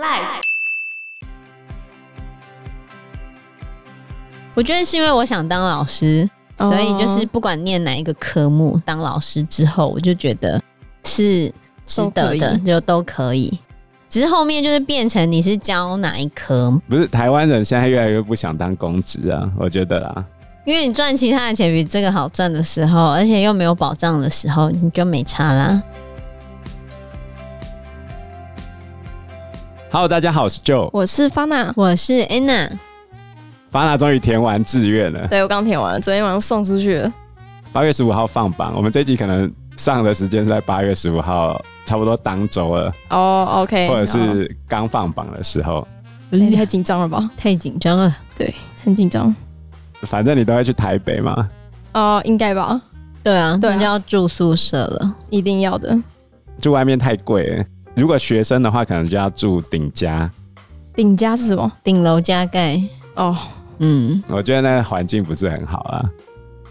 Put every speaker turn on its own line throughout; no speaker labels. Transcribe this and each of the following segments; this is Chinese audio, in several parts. Life，
我觉得是因为我想当老师，
哦
所以就是不管念哪一个科目，当老师之后，我就觉得是值得的
都可以，
就都可以。只是后面就是变成你是教哪一科，
不是台湾人现在越来越不想当公职啊，我觉得啦，
因为你赚其他的钱比这个好赚的时候，而且又没有保障的时候，你就没差啦。
Hello，大家好，我是 Joe。
我是方娜。
我是 Anna，
巴拿终于填完志愿了，
对我刚填完，昨天晚上送出去了。
八月十五号放榜。我们这一集可能上的时间是在八月十五号，差不多当周了，
哦、o k
或者
哦
是刚放榜的时候。
你太紧张了吧？
哎太紧张了。
很紧张。
反正你都会去台北嘛，
哦、应该吧，
对啊，
对啊
那就要住宿舍了。
一定要的。
住外面太贵了。如果学生的话，可能就要住顶家。
顶家是什么？
顶楼加盖，
哦、
嗯，
我觉得那个环境不是很好啊，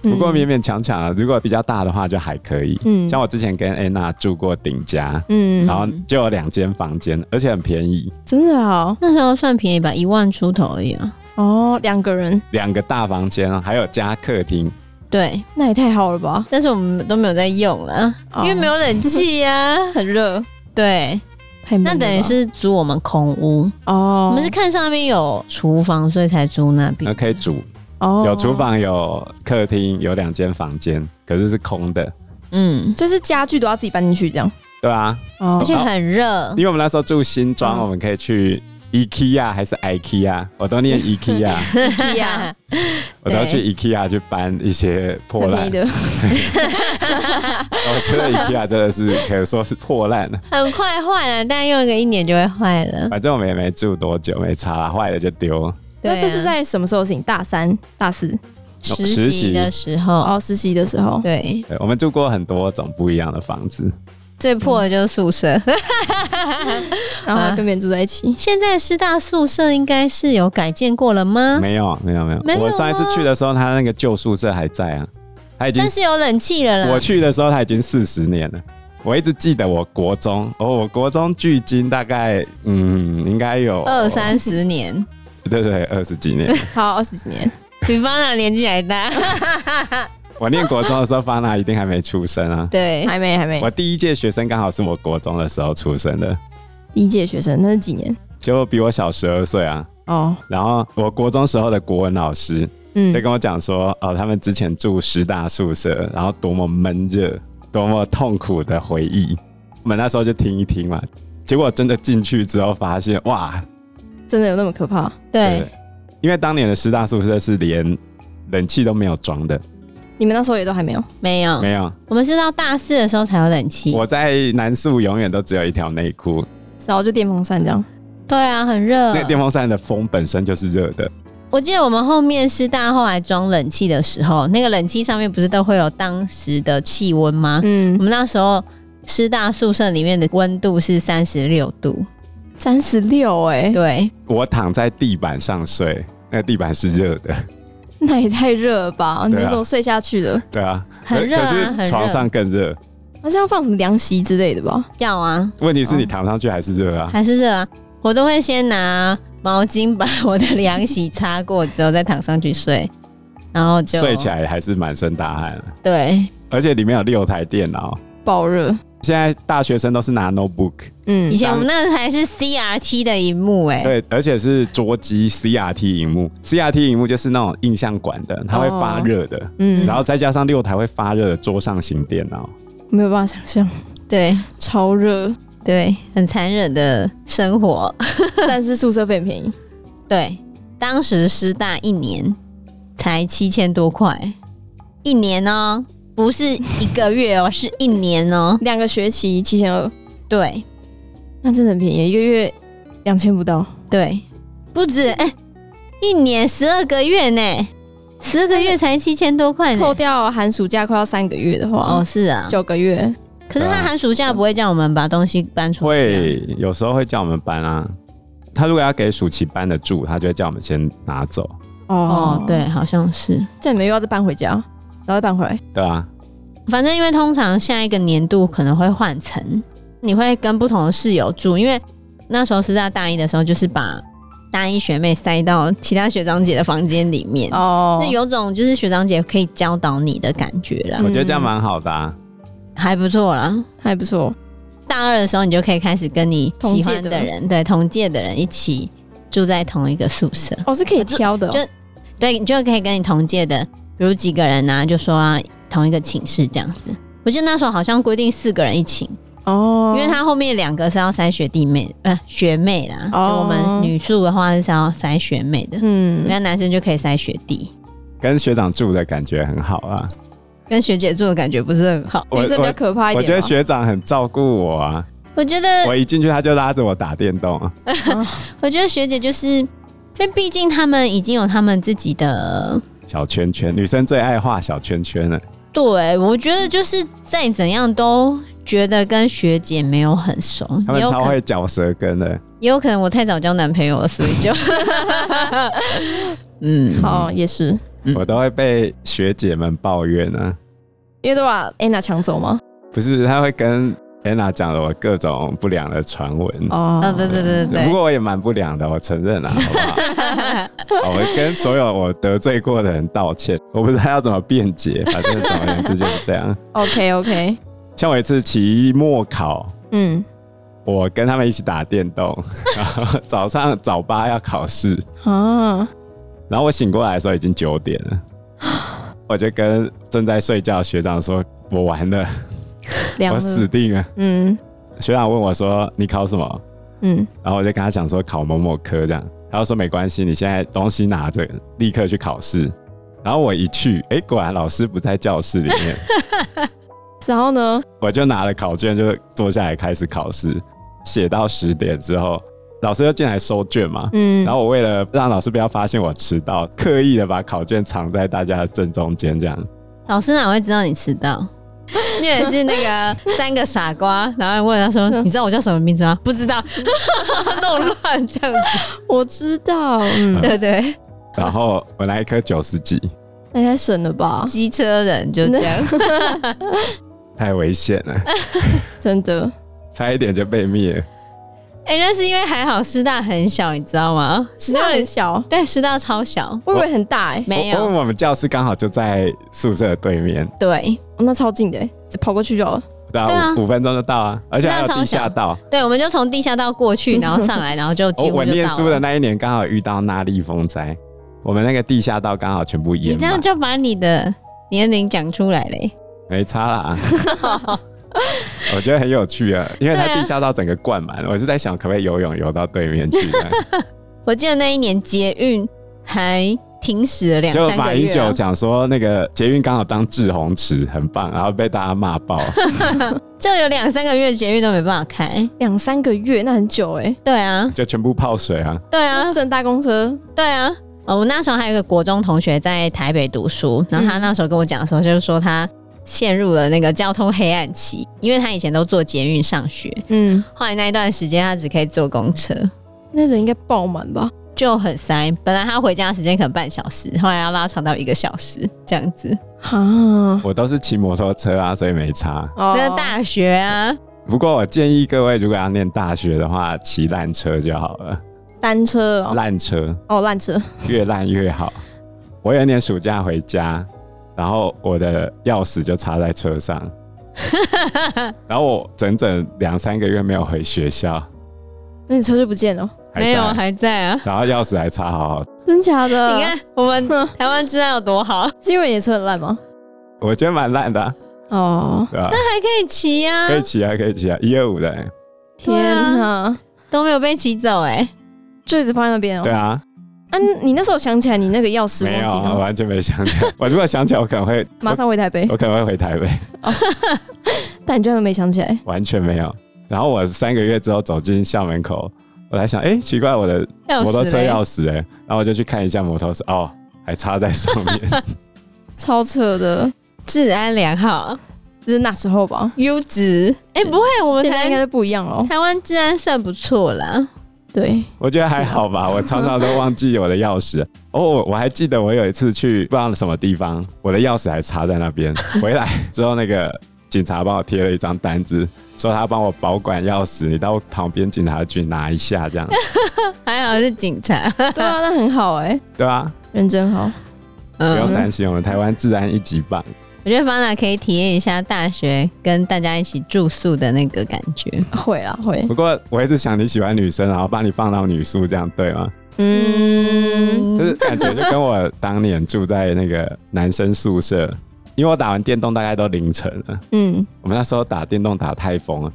嗯
不过勉勉强强啊。如果比较大的话，就还可以。
嗯
像我之前跟安娜住过顶家，
嗯
然，后就有两间房间，而且很便宜，
真的好
那时候算便宜吧，一万出头而已啊。
哦，两、个人，
两个大房间，啊还有加客厅。
对，
那也太好了吧？
但是我们都没有在用了，
哦
因为没有冷气呀、
很热，
对，
太闷
那
了吧
等于是租我们空屋，
哦，
我们是看上面有厨房，所以才租那边。
那可以煮，
哦
有厨，房，有客厅，有两间房间，可是是空的，
嗯，
就是家具都要自己搬进去这样。
对啊，
哦
而且很热
因，为我们那时候住新
嗯
庄，我们可以去 IKEA 还是 IKEA，我 都念 IKEA，
呀，
我都要去 IKEA 去搬一些破
很便
烂
宜。的，
我觉得 IKEA 真的是可以说是破烂
嗯
了，
很快坏了，但用一个一年就会坏了。
反正我们也没住多久，没差啦，坏了就丢。
对啊
那这是在什么时候的事情？大三、大四，
实习
实习
的时候，
哦，实习的时候，
对，
对，我们住过很多种不一样的房子，
最破的就是宿舍。
然后还跟别人住在一 起。
现在师大宿舍应该是有改建过了吗？
没有，没有，没
嗯没
有。
有啊
我上一次去的时候，他那个旧宿舍还在啊，他已经
但是有冷气了
我
啦。
去的时候他已经四十年了，我一直记得我国中哦，我国中距今大概嗯应该有
二三十年，
对对二十 几年。
好，二十几年，
比方娜年纪还大。
我念国中的时候，方娜一定还没出生啊。
对，
还没还没
我。第一届学生刚好是我国中的时候出生的，
第一届学生那是几年？
就比我小十二岁啊。
哦，
然后我国中时候的国文老师
嗯
就，跟我讲说，哦，他们之前住师大宿舍，然后多么闷热，多么痛苦的回忆。我们那时候就听一听嘛，结果真的进去之后发现，哇，
真的有那么可怕？
对，，
因为当年的师大宿舍是连冷气都没有装的，
你们那时候也都还没有
没有，
没有。
我们是到大四的时候才有冷气。
我在南宿永远都只有一条内裤，
然后就电风扇这样。
对啊，很热
那。个电风扇的风本身就是热的，
我记得我们后面师大后来装冷气的时候，那个冷气上面不是都会有当时的气温吗？
嗯
我，们那时候师大宿舍里面的温度是三十六度，
三十六哎，
对，
我躺在地板上睡，那个地板是热的，
那也太热了
啊
吧？你们怎么睡下去的？
对啊，可
很热啊
可
很
是床上更热。
那是要放什么凉席之类的吧？
要啊，
问题是你躺上去还是热啊，
还是热啊。我都会先拿毛巾把我的凉席擦过之后，再躺上去睡，然后就
睡起。来还是满身大汗，
对，
而且里面有六台电脑。
爆热。
现在大学生都是拿 notebook，
嗯
以，前我们那还是 CRT 的荧幕哎、
对，而且是桌机 CRT 荧幕，CRT 荧幕就是那种印象馆的，它会发
哦
热的。
嗯，
然后再加上六台会发热的桌上型电脑，
没有办法想象，
对
超热。
对，很残忍的生活。
但是宿舍费很便宜，
对，当时师大一年才七千多块，一年哦、不是一个月哦、 是一年哦、
两个学期七千二，
对
那真的很便宜，一个月两千不到。
对，不止哎、一年十二个月呢，十二个月才七千多块
扣
呢。
掉寒暑假快要三个月的话
哦，，是啊，
九个月。
可是他
对啊
寒暑假不会叫我们把东西搬出去、啊，
会有时候会叫我们搬啊。他如果要给暑期班的住，他就会叫我们先拿走，
哦，，对，好像是。
这样你们又要再搬回家，然后再搬回来。
对啊，
反正因为通常下一个年度可能会换层，你会跟不同的室友住，因为那时候师大大一的时候，就是把大一学妹塞到其他学长姐的房间里面，
哦
那有种就是学长姐可以教导你的感觉啦，
嗯
我觉得这样蛮好的、啊。
还不错啦。
还不错，
大二的时候，你就可以开始跟你喜欢
同届
的
的
人，对同届的人一起住在同一个宿舍，
哦，是可以挑的哦、
就对你就可以跟你同届的，比如几个人啊，就说啊同一个寝室这样子。我记得那时候好像规定四个人一寝，
哦，
因为他后面两个是要筛学弟妹，呃，学妹啦。
哦
就我们女宿的话是要筛学妹的，人
嗯，
家男生就可以筛学弟。
跟学长住的感觉很好啊，
跟学姐住的感觉不是很好，
我
女生比较
我
可怕一
我
点吧。啊
觉得学长很照顾我啊，
我觉 得
我一进去他就拉着我打电动啊，
我觉得学姐就是，因为毕竟他们已经有他们自己的。
小圈圈，女生最爱画小圈圈了。
对，我觉得就是再怎样都觉得跟学姐没有很熟，
他
也
们
有
超
可能
会嚼舌根的，
也有可能我太早交男朋友了，所以就，
啊
嗯，
好也是，
嗯
我都会被学姐们抱怨啊。
因为都把 Anna 抢走吗？
不是，他会跟 Anna 讲了我各种不良的传闻。
哦
啊，对对对对
不
对，
过我也蛮不良的，我承认了，啊好不好？好我跟所有我得罪过的人道歉，我不知道要怎么辩解，反正总而言之就是这样。
，OK OK，
像我一次期末考，
嗯，
我跟他们一起打电动，然后早上早八要考试，
啊，
然后我醒过来的时候已经九点 了，我就跟正在睡觉的学长说：“我完了，
两
我死，定了。
嗯”
学长问我说：“你考什么
嗯，？”
然后我就跟他讲说考某某科这样，他就说没关系，你现在东西拿着，立刻去考试。然后我一去，哎，果然老师不在教室里 面，
然后呢？
我就拿了考卷就坐下来开始考试，写到十点之后，老师就进来收卷嘛，
嗯，
然后我为了让老师不要发现我迟到，刻意的把考卷藏在大家的正中间，这样。
老师哪会知道你迟 到？你也是那个三个傻瓜，然后问他说：“你知道我叫什么名字吗？”不知道，嗯 弄乱这样子，
我知道，嗯，
对对，
然后我那一科九十几，
那太神了吧，
机车人就这样。
太危险了，
嗯
真的，
差一点就被灭。
哎、那是因为还好师大很小，你知道吗？
食量很小，
对，师大超小，
我以为很大哎，
没
我
有
问我们教室刚好就在宿舍对面，
对
哦那超近的欸，只跑过去就好了。
对
对啊
啊，五五分钟就到啊，而且还有地下道。
对，我们就从地下道过去，然后上来，然后就
哦，
几乎
我
就
念
到
书的
了。
那一年刚好遇到那莉风灾，我们那个地下道刚好全部
你
淹
这样
满，
就把你的年龄讲出来嘞。
没差 啦。我觉得很有趣啊，因为它
对啊
地下道整个灌满，我是在想可不可以游泳游到对面去啊 呢，
我记得那一年捷运还停驶了两
就
三
马
个
英
月
九
哦。
讲说那个捷运刚好当滞洪池，很棒，然后被大家骂爆。
就有两三个月捷运都没办法开。
两三个月，那很久哎、
对啊，
就全部泡水啊！
对啊
欸。，剩大公车，
对啊。哦，我那时候还有一个国中同学在台北读书，然后他那时候跟我讲的时候，就是说他陷入了那个交通黑暗期，因为他以前都坐捷运上学，
嗯，
后来那一段时间他只可以坐公车，
那人应该爆满吧？
就很塞。本来他回家的时间可能半小时，后来要拉长到一个小时这样子。
哈，
我都是骑摩托车啊，所以没差。
啊哦
那大学啊，
不过我建议各位，如果要念大学的话，骑烂车就好了。
单车哦，
烂车
哦烂车，
越烂越好。我有一年暑假回家，然后我的钥匙就插在车上， 然后我整整两三个月没有回学校，
那你车就不见了，
还
没有
在
还在啊。
然后钥匙还插好好的。
真假 的？
你看我们
哼，
台湾治安有多好，
是因为你的车很烂吗？
我觉得蛮烂的啊、
哦，
对吧、
还可以骑啊
可，以骑啊，可以骑啊，一二五的欸、
天哪，
都没有被骑走哎、
啊就一直放在那边哦。
对啊，
啊，你那时候想起来你那个钥
哦
匙忘
没有，啊
记
我
了，
完全没想起来。我如果想起来，我可能会，
马上回台北
我，我可能会回台北，
但你居然都没想起来，
完全没有。然后我三个月之后走进校门口，我在想，哎、奇怪，我的
钥
摩托
匙
车
嘞
钥匙哎、然后我就去看一下摩托车，哦，还插在上面。
超扯的，
治安良好，
就是那时候吧。
优质。哎、不会，我们
现在
台
应该就不一样了。
台湾治安算不错 啦。
对，
我觉得还好吧，我常常都忘记我的钥匙。哦，我还 记得我有一次去不知道什么地方，我的钥匙还插在那边。回来之后，那个警察帮我贴了一张单子，说他帮我保管钥匙，你到旁边警察局拿一下，这样
还好是警察，
对啊，那很好哎、
对啊，
认真好。
不
嗯
用，担心，我们台湾治安一级棒。
我觉得方娜可以体验一下大学跟大家一起住宿的那个感觉。
会啊，会。
不过我一直想你喜欢女生，然后把你放到女宿，这样对吗？
嗯，
就是感觉就跟我当年住在那个男生宿舍，因为我打完电动大概都凌晨了。
嗯，
我们那时候打电动打太疯了，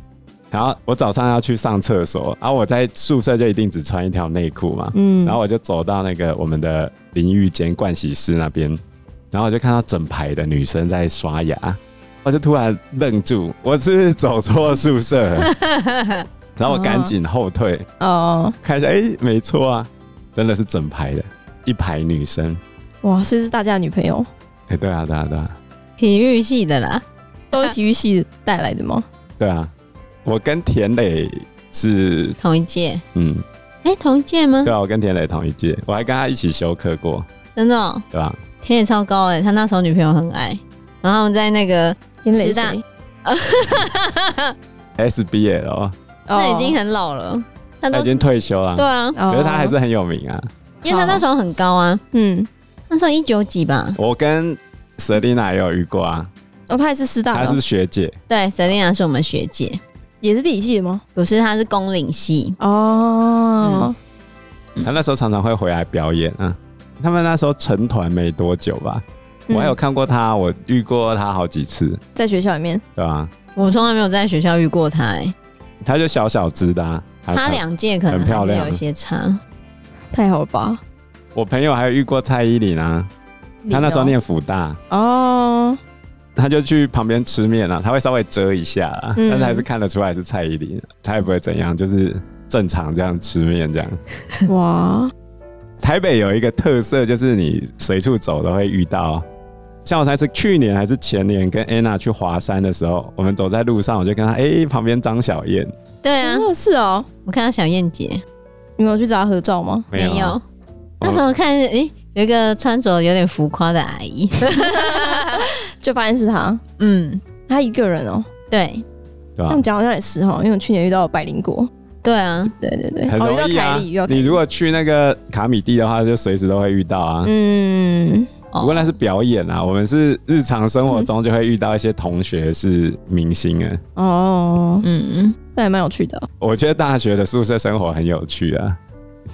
然后我早上要去上厕所，然后我在宿舍就一定只穿一条内裤嘛，
嗯
然后我就走到那个我们的淋浴间盥洗室那边，然后我就看到整排的女生在刷牙，我就突然愣住，我是不是走错宿舍了， 然后我赶紧后退
哦，
看一下，哎、没错啊，真的是整排的，一排女生，
哇，所以是大家的女朋友，
哎、对啊，对啊，对啊，
体育系的啦，
都是体育系带来的吗？
对啊，我跟田磊是
同一届，
嗯。
哎、同一届吗？
对啊，我跟田磊同一届，我还跟他一起修课过，
真的、哦，
对吧？
田野超高哎、他那时候女朋友很矮，然后他们在那个
天磊
师大
谁
SBL，
那已
哦
经很老了，他
他
都
已经退休了
对，啊，
可是他还是很有名啊。
因为他那时候很高啊，
嗯，
那时候一九几吧。
我跟 Selina 也有遇过啊，
哦，他也是师大
啊
她
的哦，
是学姐，
对，Selina 是我们学姐，
也是体育系的吗？
不是，她是工领系，
哦，
嗯
她那时候常常会回来表演啊。他们那时候成团没多久吧，我还
嗯
有看过她，我遇过她好几次，
在学校里面，
对吧？
我从来没有在学校遇过她、欸，
她就小小只的、啊，她
差两届可能
很漂
还是
亮
有一些差。
太好了吧？
我朋友还有遇过蔡依林啊，她那时候念福大，
哦，
他就去旁边吃面啊，他会稍微遮一下啦，
嗯
但是还是看得出来是蔡依林，他也不会怎样，就是正常这样吃面这样。
哇，
台北有一个特色，就是你随处走都会遇到。像我才是去年还是前年跟 Anna 去华山的时候，我们走在路上，我就跟她，哎、旁边张小燕
对啊，
哦是哦，
我看到小燕姐
你们有去找他合照吗？
没有啊？
那时候看诶、有一个穿着有点浮夸的阿姨，
就发现是他，
嗯，
他一个人哦。
对
对
这
吧
样？讲好像也是哈，因为我去年遇到百灵果，
对啊，
对对对，
很
哦遇
容
到
易啊
凯。莉，遇到凯莉
你如果去那个卡米蒂的话，就随时都会遇到啊。
嗯，
哦
不过那是表演啊，我们是日常生活中就会遇到一些同学是明星啊。
哦，
嗯，
那也蛮有趣的哦。
我觉得大学的宿舍生活很有趣啊。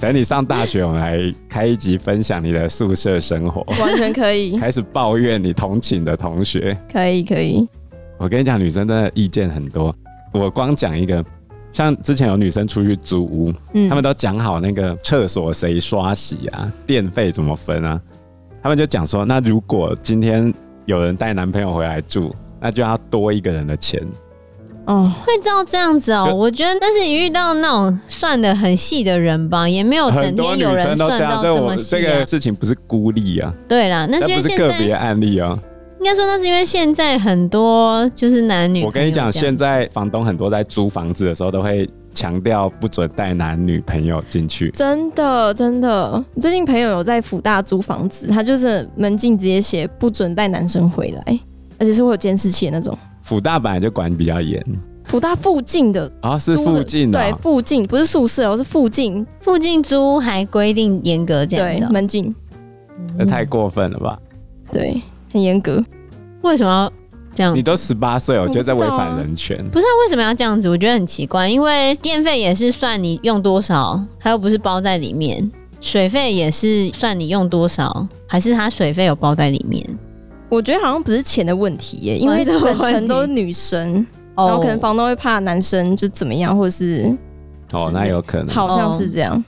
等你上大学，我们来开一集分享你的宿舍生活，
完全可以，
开始抱怨你同寝的同学。
可以，可以。
我跟你讲，女生真的意见很多。我光讲一个，像之前有女生出去租屋，
嗯，
他们都讲好那个厕所谁刷洗啊，电费怎么分啊，他们就讲说，那如果今天有人带男朋友回来住，那就要多一个人的钱。
哦，
会照这样子哦、
就
我觉得，但是你遇到那种算的很细的人吧，也没有
很
哦整
多
天
女
有人
生都
算
这样，
到
这
么
我
细、啊
这个事情不是孤立啊。
对啦，那是因
那
为
不是
现
个
在
别案例哦。
应该说那是因为现在很多就是男女，
我跟你讲，现在房东很多在租房子的时候都会强调不准带男女朋友进去。
真的，真的。最近朋友有在福大租房子，他就是门禁直接写不准带男生回来，而且是会有监视器的那种。
福大本来就管比较严，
福大附近的
然、后是
租的
附近的、哦啊
对，附近不是宿舍哦，是附近，
附近租还规定严格这样
对
子哦、
门禁，
那太过分了吧？
对，很严格。
为什么要这样
你？都十八岁了，我觉得在
我
违
不知道啊
反人权。
嗯不是、啊、为什么要这样子？我觉得很奇怪，因为电费也是算你用多少，它又不是包在里面；水费也是算你用多少，还是它水费有包在里面？
我觉得好像不是钱的问题耶，因为
不然是
整
什么问题哦
层都是女生，然后可能房东会怕男生就怎么样，或者是
啊
哦，那有可能。
好像是这样，
哦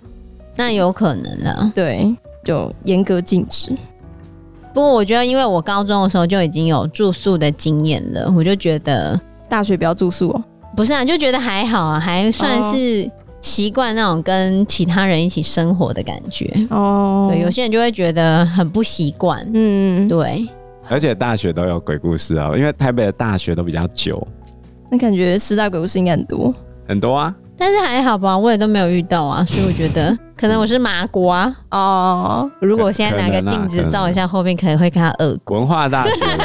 那有可能啊。
对，就严格禁止。
不过我觉得，因为我高中的时候就已经有住宿的经验了，我就觉得
大学不要住宿哦，
不是啊，就觉得还好啊，还算是习惯那种跟其他人一起生活的感觉。
哦
对，有些人就会觉得很不习惯。
嗯，
对，
而且大学都有鬼故事哦，因为台北的大学都比较久，
那感觉十大鬼故事应该很多。
很多啊。
但是还好吧，我也都没有遇到啊，所以我觉 得可能我是麻瓜。
哦，
如果我现在拿
可
个
能啊
镜
可
子
能
照一下，后面可能会看他耳光。
文化大学，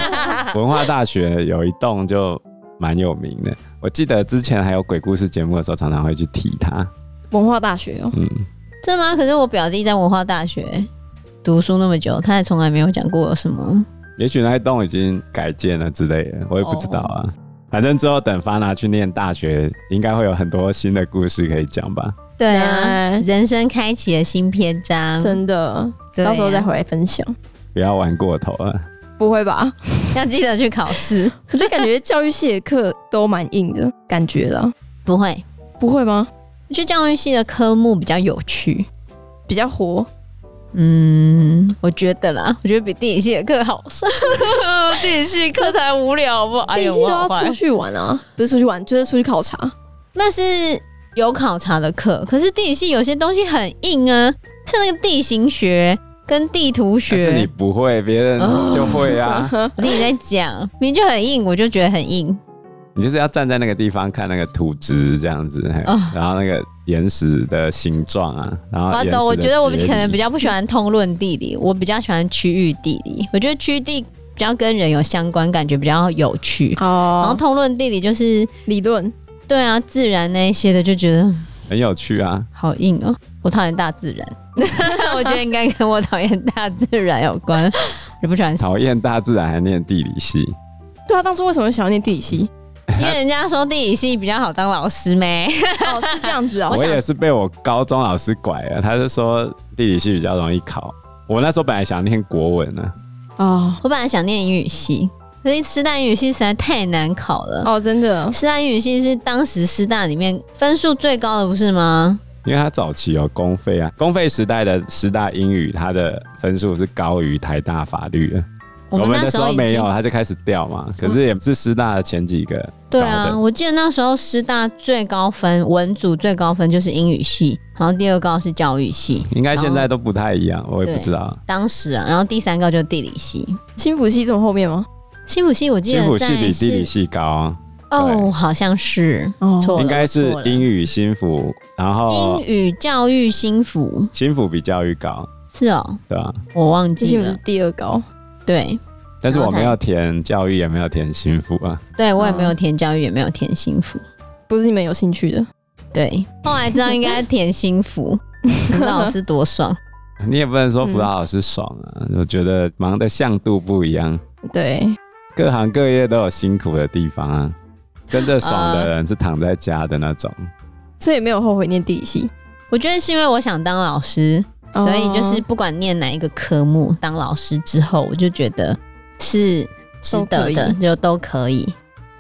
文化大学有一栋就蛮有名的。我记得之前还有鬼故事节目的时候，常常会去提它。
文化大学哦、
嗯，
真的吗？可是我表弟在文化大学读书那么久，他也从来没有讲过有什么。
也许那一栋已经改建了之类的，我也不知道啊。反正之后等发拿去念大学，应该会有很多新的故事可以讲吧。
对
啊
人生开启了新篇章，
真的，
对啊
到时候再回来分享。
不要玩过头了。
不会吧？
要记得去考 试。
我就感觉教育系的课都蛮硬的感觉啦。
不会，
不会吗？
我觉得教育系的科目比较有趣。
比较活，
嗯，我觉得啦，我觉得比地理系的课好上。 地理系课才无聊不？哎
地
呦，
系都
我
要
好
出
坏。
去玩啊，不是出去玩就是出去考察。
那是有考察的课，可是地理系有些东西很硬啊，像那个地形学跟地图
但是你
学，
不会，别人就 会啊。
我跟你在讲，明明就很硬，我就觉得很硬。
你就是要站在那个地方看那个土质这样子，嘿
啊
然后那个岩石的形状啊，然后
我
岩石
懂，我觉得我们可能比
较
较不喜欢通论地理，我比较喜欢区域地理。我觉得区域地比较跟人有相关，感觉比较有趣。然后
哦，
通论地理就是
理论
对啊，自然那一些的就觉得嗯
很有趣啊。
好硬哦、我讨厌大自然， 我觉得应该跟我讨厌大自然有关。我不喜欢死，
讨厌大自然还念地理系，
对啊，当初为什么想要念地理系？
因为人家说地理系比较好当老师没。
哦，是这样子哦
我，也是被我高中老师拐了，他就说地理系比较容易考。我那时候本来想念国文啊呢、
哦
我本来想念英语系，可是师大英语系实在太难考了。
哦，真的
师大英语系是当时师大里面分数最高的，不是吗？
因为他早期有公费啊，公费时代的师大英语，他的分数是高于台大法律的。
我
我
们
们
那
那
时
时
候
候
已
没
经
有，啊他就开始掉嘛。可是也是师大的前几个，
对
高
啊，
的
我记得那时候师大最高分文组最高分就是英语系，然后第二高是教育系，
应该现在都不太一样，我也不
对
知道。
当时啊，然后第三高就是地理系。
新福系这么后面吗？
幸福系我记
新
得
辅
在
系比地理
是
系高，啊欸
哦，好像是
哦
错了
应该是英语新辅，然后
英语教育幸福
新辅比教育高，
是哦，
对吧、
我忘
这
记
幸福是
了。
第二高，
对
但是
然
我
后才
没有填教育，也没有填新辅啊。
对，我也没有填教育，也没有填幸福。
不是你们有兴趣的。
对， 后来知道应该填幸 福，辅导老师多爽。
你也不能说辅导老师爽啊，
嗯
我觉得忙的向度不一样，
对，
各行各业都有辛苦的地方啊。真正爽的人是躺在家的那种，
所以没有后悔念地理系，
我觉得是因为我想当老师，
哦
所以就是不管念哪一个科目，当老师之后，我就觉得是值得
都可
的，就都可以。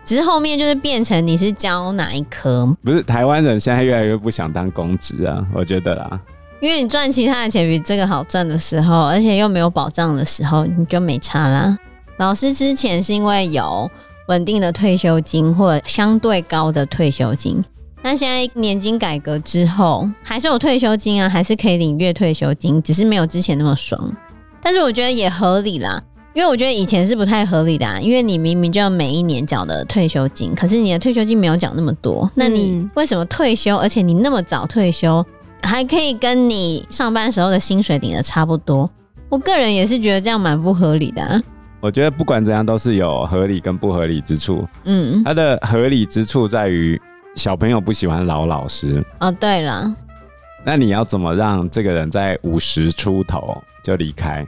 只是后面就是变成你是教哪一科，
不是台湾人现在越来越不想当公职啊，我觉得啦。
因为你赚其他的钱比这个好赚的时候，而且又没有保障的时候，你就没差啦。老师之前是因为有稳定的退休金或相对高的退休金，那现在年金改革之后，还是有退休金啊，还是可以领月退休金，只是没有之前那么爽。但是我觉得也合理啦，因为我觉得以前是不太合理的、啊，因为你明明就要每一年缴的退休金，可是你的退休金没有缴那么多，那你
嗯
为什么退休，而且你那么早退休，还可以跟你上班时候的薪水领的差不多？我个人也是觉得这样蛮不合理的、啊。
我觉得不管怎样都是有合理跟不合理之处，
嗯，
它的合理之处在于小朋友不喜欢老老师，
哦，对了，
那你要怎么让这个人在五十出头就离开，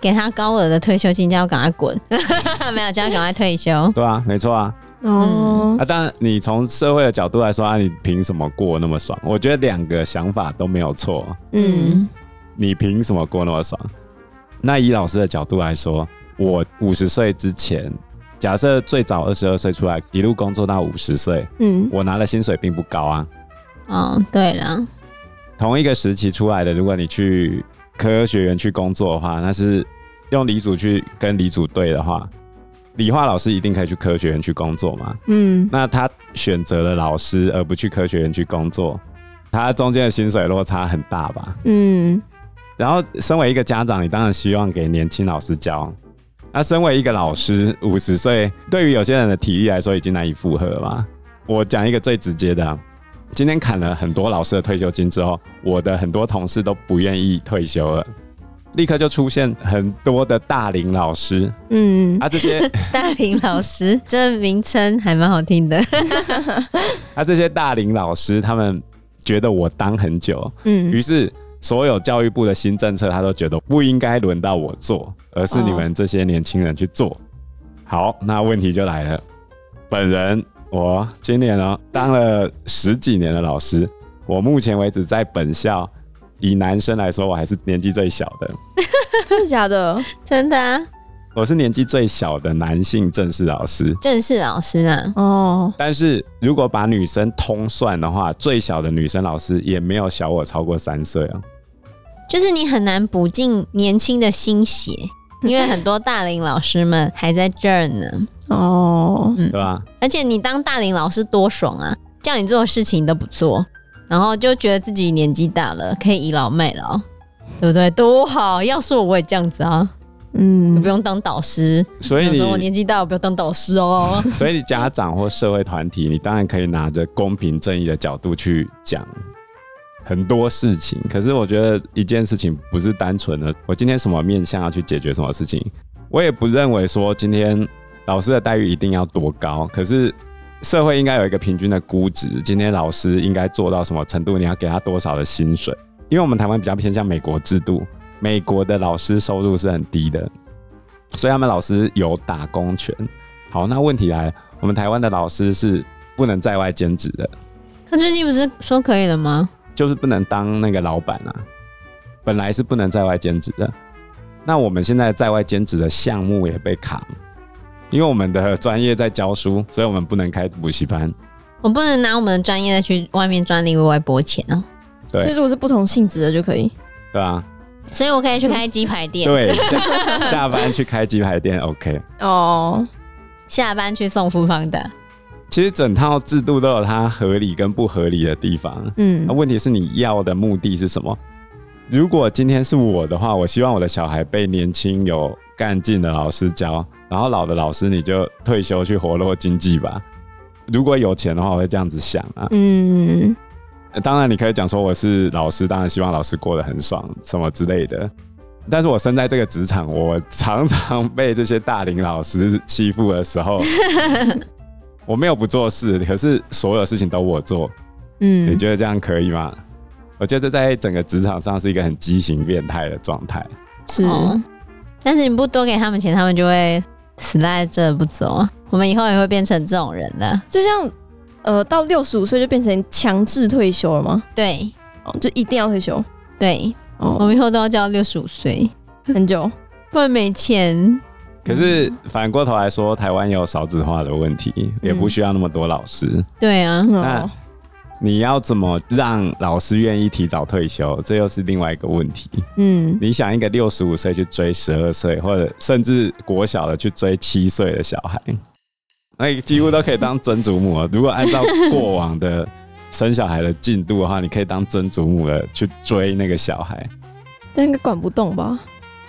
给他高额的退休金，叫他赶快滚， 没有叫他赶快退休。
对啊，没错啊。
哦
啊，当然你从社会的角度来说啊，你凭什么过那么爽？我觉得两个想法都没有错，
嗯，
嗯，
你凭什么过那么爽？那以老师的角度来说，我五十岁之前，假设最早二十二岁出来，一路工作到五十岁，
嗯，
我拿的薪水并不高啊。
哦，对了，
同一个时期出来的，如果你去科学园去工作的话，那是用理组去跟理组对的话，理化老师一定可以去科学园去工作嘛？
嗯，
那他选择了老师而不去科学园去工作，他中间的薪水落差很大吧？
嗯，
然后，身为一个家长，你当然希望给年轻老师教。那身为一个老师，五十岁对于有些人的体力来说已经难以负荷了嘛。我讲一个最直接的啊，今天砍了很多老师的退休金之后，我的很多同事都不愿意退休了。立刻就出现很多的大龄老师
嗯，
啊，这些
大林老师，这名称还蛮好听的。
啊这些大龄老师，他们觉得我当很久，于
嗯，
是所有教育部的新政策，他都觉得不应该轮到我做，而是你们这些年轻人去做。好，那问题就来了，本人我今年呢、当了十几年的老师，我目前为止在本校。以男生来说，我还是年纪最小的，
真的假的？
真的啊，
我是年纪最小的男性正式老师。
正式老师啊，
哦，
但是如果把女生通算的话，最小的女生老师也没有小我超过三岁啊。
就是你很难补进年轻的新血，因为很多大龄老师们还在这儿呢。
哦，
对吧？
而且你当大龄老师多爽啊，叫你做的事情你都不做，然后就觉得自己年纪大了，可以倚老卖老，对不对？多好！要是我我也这样子啊，
嗯，
不用当导师。
所以
我说我
你，
年纪大，我不要当导师哦。
所以你家长或社会团体，你当然可以拿着公平正义的角度去讲很多事情。可是我觉得一件事情不是单纯的，我今天什么面向要去解决什么事情，我也不认为说今天老师的待遇一定要多高，可是。社会应该有一个平均的估值，今天老师应该做到什么程度？你要给他多少的薪水？因为我们台湾比较偏向美国制度，美国的老师收入是很低的，所以他们老师有打工权。好，那问题来了，我们台湾的老师是不能在外兼职的，
他最近不是说可以了吗？
就是不能当那个老板啊，本来是不能在外兼职的。那我们现在在外兼职的项目也被卡了，因为我们的专业在教书，所以我们不能开补习班。
我们不能拿我们的专业再去外面赚另外一波钱哦。
对
所以如果是不同性质的就可以。
对啊，
所以我可以去开鸡排店，
对，下 下班去开鸡排店，OK。
哦，
下班去送富邦的。
其实整套制度都有它合理跟不合理的地方。
嗯
那，问题是你要的目的是什么？如果今天是我的话，我希望我的小孩被年轻有干劲的老师教，然后老的老师你就退休去活络经济吧。如果有钱的话，我会这样子想啊。
嗯，
呃当然，你可以讲说我是老师，当然希望老师过得很爽什么之类的。但是我身在这个职场，我常常被这些大龄老师欺负的时候，我没有不做事，可是所有事情都我做，
嗯，
你觉得这样可以吗？我觉得这在整个职场上是一个很畸形变态的状态。
是、
哦，但是你不多给他们钱，他们就会死赖着不走啊。我们以后也会变成这种人的。
就像呃，到六十五岁就变成强制退休了吗？
对
哦，就一定要退休
对，我
哦，
们以后都要交六十五岁，
很久。
不然没钱。
可是反过头来说，台湾也有少子化的问题，也不需要那么多老师。
对啊，
哦，
你要怎么让老师愿意提早退休？这又是另外一个问题。
嗯，
你想一个六十五岁去追十二岁，或者甚至国小的去追七岁的小孩，那几乎都可以当曾祖母了。如果按照过往的生小孩的进度的话，你可以当曾祖母的去追那个小孩。
但应该管不动吧？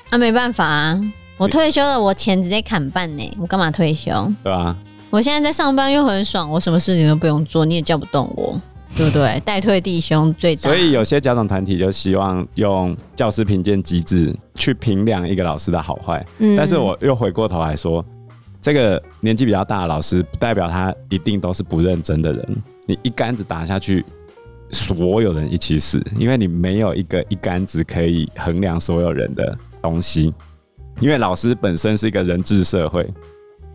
啊没办法啊，我退休了，我钱直接砍半呢。我干嘛退休？
对吧、
我现在在上班又很爽，我什么事情都不用做，你也叫不动我，对不 对？代退弟兄最大。
所以有些家长团体就希望用教师评鉴机制去评量一个老师的好坏，
嗯，
但是我又回过头来说，这个年纪比较大的老师，不代表他一定都是不认真的人。你一竿子打下去，所有人一起死，因为你没有一个一竿子可以衡量所有人的东西。因为老师本身是一个人治社会，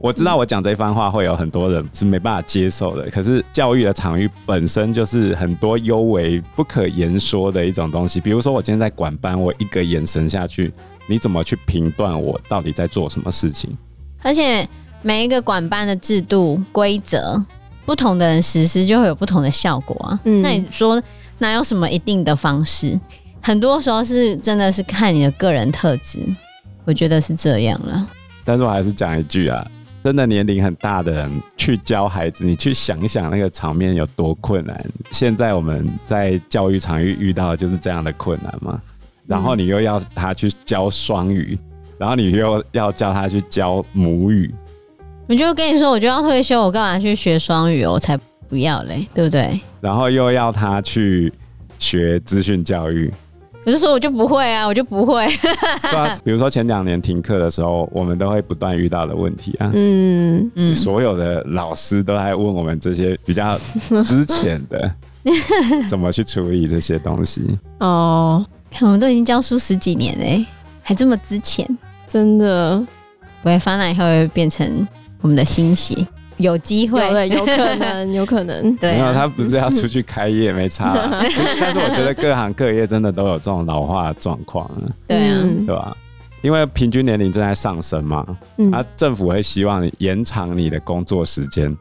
我知道我讲这番话会有很多人是没办法接受的。可是教育的场域本身就是很多幽微不可言说的一种东西。比如说我今天在管班，我一个眼神下去，你怎么去评断我到底在做什么事情？
而且每一个管班的制度规则，不同的人实施就会有不同的效果啊。
嗯
那你说哪有什么一定的方式？很多时候是真的是看你的个人特质，我觉得是这样了。
但是我还是讲一句啊，真的年龄很大的人去教孩子，你去想一想那个场面有多困难。现在我们在教育场域遇到的就是这样的困难嘛。然后你又要他去教双语，然后你又要叫他去教母语，
我就跟你说，我就要退休，我干嘛去学双语哦？我才不要嘞，对不对？
然后又要他去学资讯教育，
我就说我就不会啊，我就不会。
对啊，比如说前两年停课的时候，我们都会不断遇到的问题啊。
嗯，
嗯，
所有的老师都在问我们这些比较之前 的怎么去处理这些东西。
哦，
看我们都已经教书十几年嘞、还这么值钱。
真的，
不会发奶以后会变成我们的心血，有机
有
会，
的有可能，有可 能，
对
没有，
啊、
他不是要出去开业，没差啦。 但是我觉得各行各业真的都有这种老化的状况啊，
对啊，
嗯
对吧、因为平均年龄正在上升嘛，
嗯
啊，政府会希望你延长你的工作时间。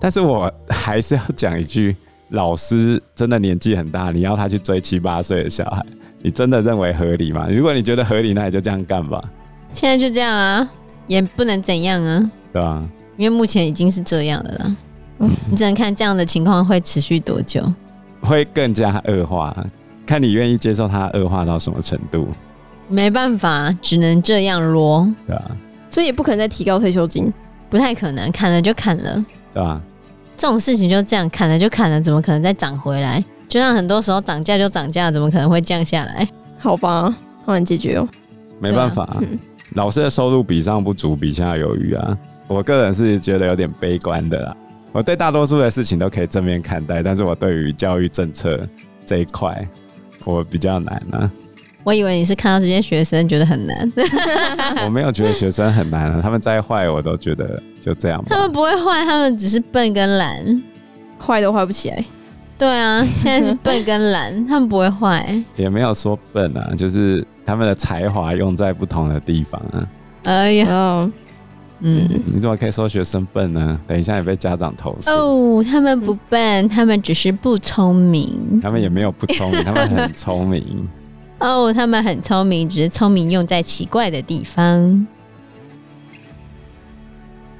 但是我还是要讲一句，老师真的年纪很大，你要他去追七八岁的小孩，你真的认为合理吗？如果你觉得合理，那你就这样干吧，
现在就这样啊，也不能怎样啊，
对吧、
因为目前已经是这样了啦。
嗯
你只能看这样的情况会持续多久。
会更加恶化，看你愿意接受它恶化到什么程度，
没办法，只能这样咯，
对吧、
所以也不可能再提高退休金。
不太可能，砍了就砍了，
对吧、
这种事情就这样，砍了就砍了，怎么可能再涨回来？就像很多时候涨价就涨价，怎么可能会降下来？
好吧，好难解决哦。
没办法、 啊，
嗯
老师的收入比上不足，比下有余啊。我个人是觉得有点悲观的啦。我对大多数的事情都可以正面看待，但是我对于教育政策这一块，我比较难 啊。
我以为你是看到这些学生觉得很难，
我没有觉得学生很难啊，他们再坏我都觉得就这样吧
他。们不会坏，他们只是笨跟懒。
坏都坏不起来。
对啊，现在是笨跟懒，他们不会坏。
也没有说笨啊，就是他们的才华用在不同的地方啊。
哎呀，
嗯，
嗯，
你怎么可以说学生笨呢？等一下也被家长投诉。
哦，他们不笨，他们只是不聪明。
他们也没有不聪明，他们很聪明。
哦，他们很聪明，只是聪明用在奇怪的地方。